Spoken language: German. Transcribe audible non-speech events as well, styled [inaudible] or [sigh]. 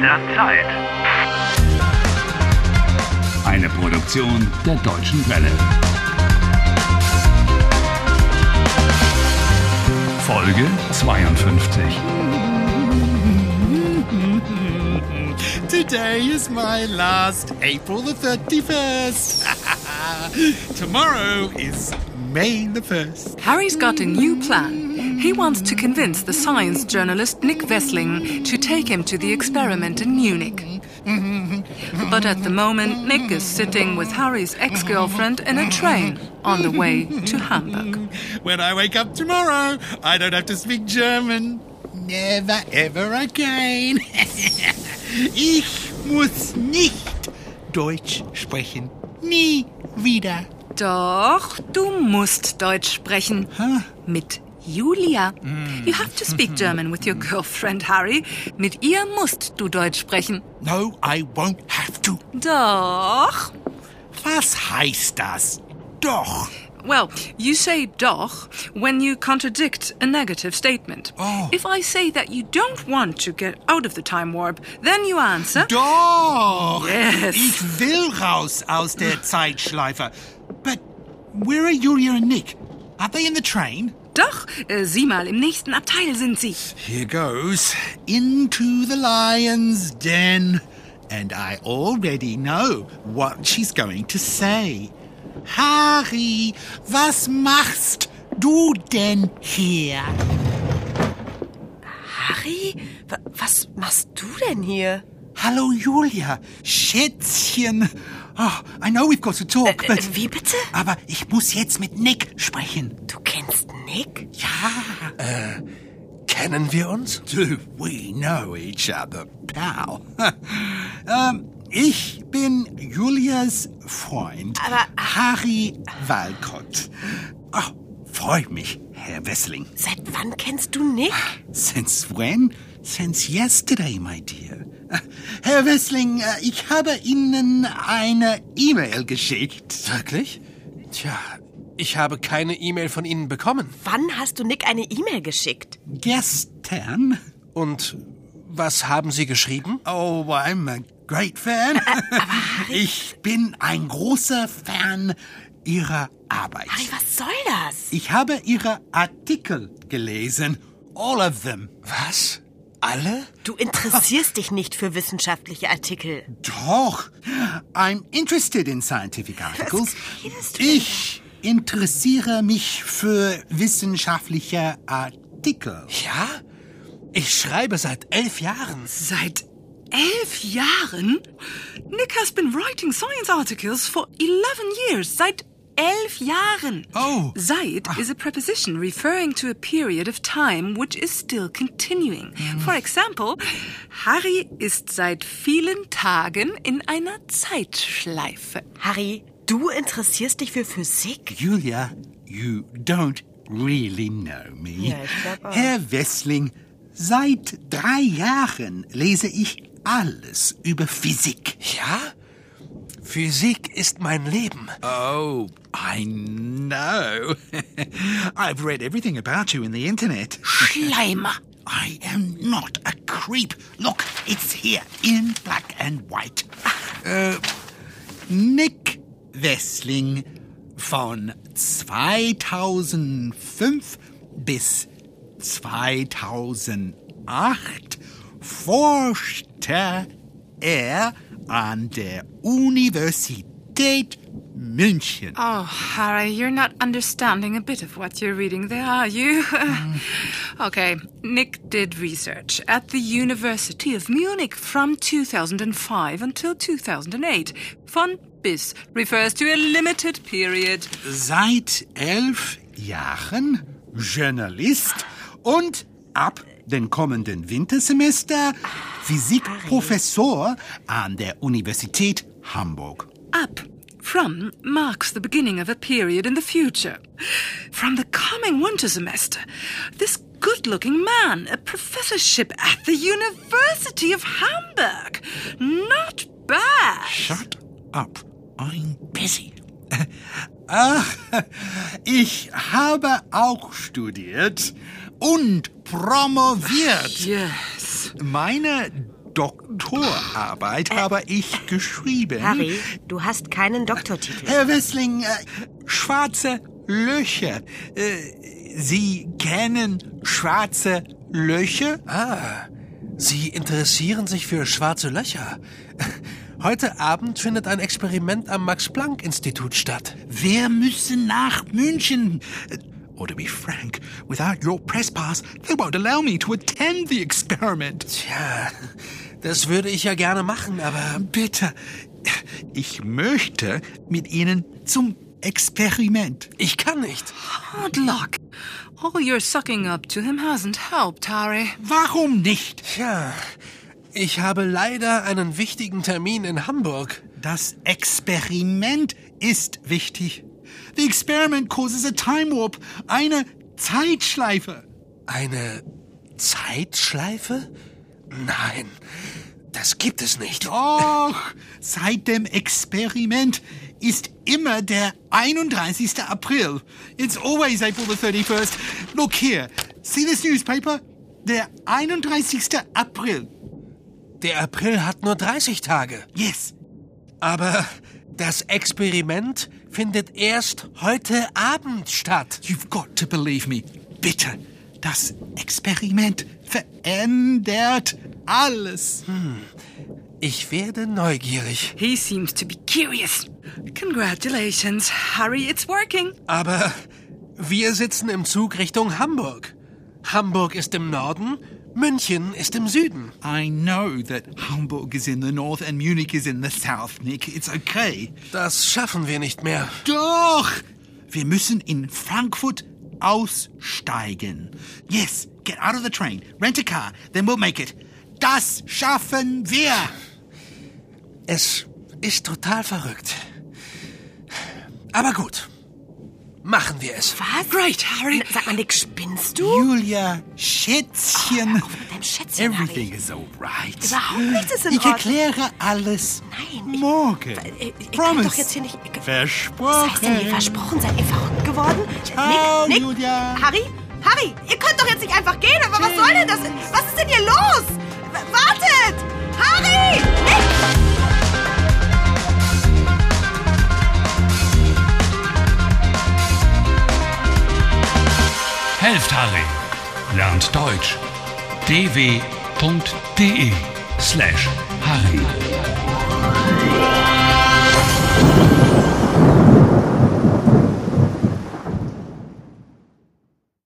der Zeit. Eine Produktion der Deutschen Welle. Folge 52. Today is my last April the 31st. [laughs] Tomorrow is May the 1st. Harry's got a new plan. He wants to convince the science journalist Nick Wessling to take him to the experiment in Munich. But at the moment, Nick is sitting with Harry's ex girlfriend in a train on the way to Hamburg. When I wake up tomorrow, I don't have to speak German. Never ever again. [laughs] ich muss nicht Deutsch sprechen. Nie wieder. Doch, du musst Deutsch sprechen. Mit Julia. You have to speak German with your girlfriend, Harry. Mit ihr musst du Deutsch sprechen. No, I won't have to. Doch. Was heißt das? Doch. Well, you say doch when you contradict a negative statement. Oh. If I say that you don't want to get out of the time warp, then you answer. Doch. Yes. Ich will raus aus der Zeitschleife. But where are Julia and Nick? Are they in the train? Doch, äh, sieh mal, im nächsten Abteil sind sie. Here goes. Into the lion's den. And I already know what she's going to say. Harry, was machst du denn hier? Harry, wa- was machst du denn hier? Hallo, Julia. Schätzchen. Oh, I know we've got to talk, Äh, but... wie bitte? Aber ich muss jetzt mit Nick sprechen. Du kennst Nick? Ja. Äh, Kennen wir uns? Do we know each other, pal? [laughs] ähm, ich bin Julias Freund, Aber- Harry Walcott. Oh, freut mich, Herr Wessling. Seit wann kennst du Nick? Since when? Since yesterday, my dear. Äh, Herr Wessling, äh, ich habe Ihnen eine E-Mail geschickt. Wirklich? Tja, ich habe keine E-Mail von Ihnen bekommen. Wann hast du Nick eine E-Mail geschickt? Gestern? Und was haben Sie geschrieben? Oh, I'm a great [laughs] fan. Ich bin ein großer Fan Ihrer Arbeit. Harry, was soll das? Ich habe Ihre Artikel gelesen. All of them. Was? Alle? Du interessierst dich nicht für wissenschaftliche Artikel. Doch. I'm interested in scientific articles. redest du Ich interessiere mich für wissenschaftliche Artikel. Ja? Ich schreibe seit elf Jahren. Seit elf Jahren? Nick has been writing science articles for 11 years. Seit elf Jahren. Oh. Seit is a preposition referring to a period of time which is still continuing. For example, Harry ist seit vielen Tagen in einer Zeitschleife. Harry, du interessierst dich für Physik? Julia, you don't really know me. Ja, ich glaub auch. Herr Wessling, seit drei Jahren lese ich alles über Physik. Ja? Physik ist mein Leben. Oh, I know. [laughs] I've read everything about you in the internet. Schleimer. I am not a creep. Look, it's here in black and white. Äh, Nick Wessling von 2005 bis 2008 forschte er an der Universität München. Oh, Harry, you're not understanding a bit of what you're reading there, are you? [laughs] okay, Nick did research at the University of Munich from 2005 until 2008. Von bis refers to a limited period. seit elf Jahren Journalist und ab dem kommenden Wintersemester Physikprofessor an der Universität Hamburg. Up. From marks the beginning of a period in the future. From the coming winter semester, this good looking man, a professorship at the University of Hamburg. Not bad. Shut up, I'm busy. [laughs] Ach, ich habe auch studiert und promoviert. Yes. Meine Doktorarbeit habe ich geschrieben. Harry, du hast keinen Doktortitel. Herr Wessling, äh, schwarze Löcher. Äh, Sie kennen schwarze Löcher? Äh, Sie interessieren sich für schwarze Löcher. [laughs] Heute Abend findet ein Experiment am Max-Planck-Institut statt. Wir müssen Er nach München. Or to be frank, without your press pass, they won't allow me to attend the experiment. Tja, das würde ich ja gerne machen, aber Bitte, ich möchte mit Ihnen zum Experiment. ich kann nicht. Hard luck. All your sucking up to him hasn't helped, Harry. Warum nicht? Tja, ich habe leider einen wichtigen Termin in Hamburg. Das Experiment ist wichtig. The experiment causes a time warp, eine Zeitschleife. Eine Zeitschleife? Nein, das gibt es nicht. Doch, seit dem Experiment ist immer der 31. April. It's always April the 31st. Look here, see this newspaper? Der 31. April. Der April hat nur 30 Tage. Yes, Aber das Experiment findet erst heute Abend statt. you've got to believe me. Bitte, das Experiment verändert alles. Ich werde neugierig. He seems to be curious. Congratulations, Harry, it's working. Aber wir sitzen im Zug Richtung Hamburg. Hamburg ist im Norden, München ist im Süden. I know that Hamburg is in the north and Munich is in the south, Nick. It's okay. Das schaffen wir nicht mehr. Doch! Wir müssen in Frankfurt aussteigen. Yes, get out of the train, rent a car, then we'll make it. Das schaffen wir! Es ist total verrückt. Aber gut, machen wir es. Was? Great, Harry. Na, Sag mal, Nick, spinnst du? Julia, Schätzchen. Auf mit deinem Schätzchen, Everything is all right. Überhaupt nichts [gasps] ist in Ich Ordnung. erkläre alles Nein, ich- morgen. Harry. äh, Ich, ich kann Promise. doch jetzt hier nicht... Ich, was heißt denn hier Versprochen. versprochen? Seid ihr verrückt geworden? Ciao, Nick, Nick, Julia. Harry, Harry, ihr könnt doch jetzt nicht einfach gehen. Aber was soll denn das? Was ist denn hier los? W- Wartet! Harry! Nick! Helft Harry. Lernt Deutsch. dw.de slash Harry.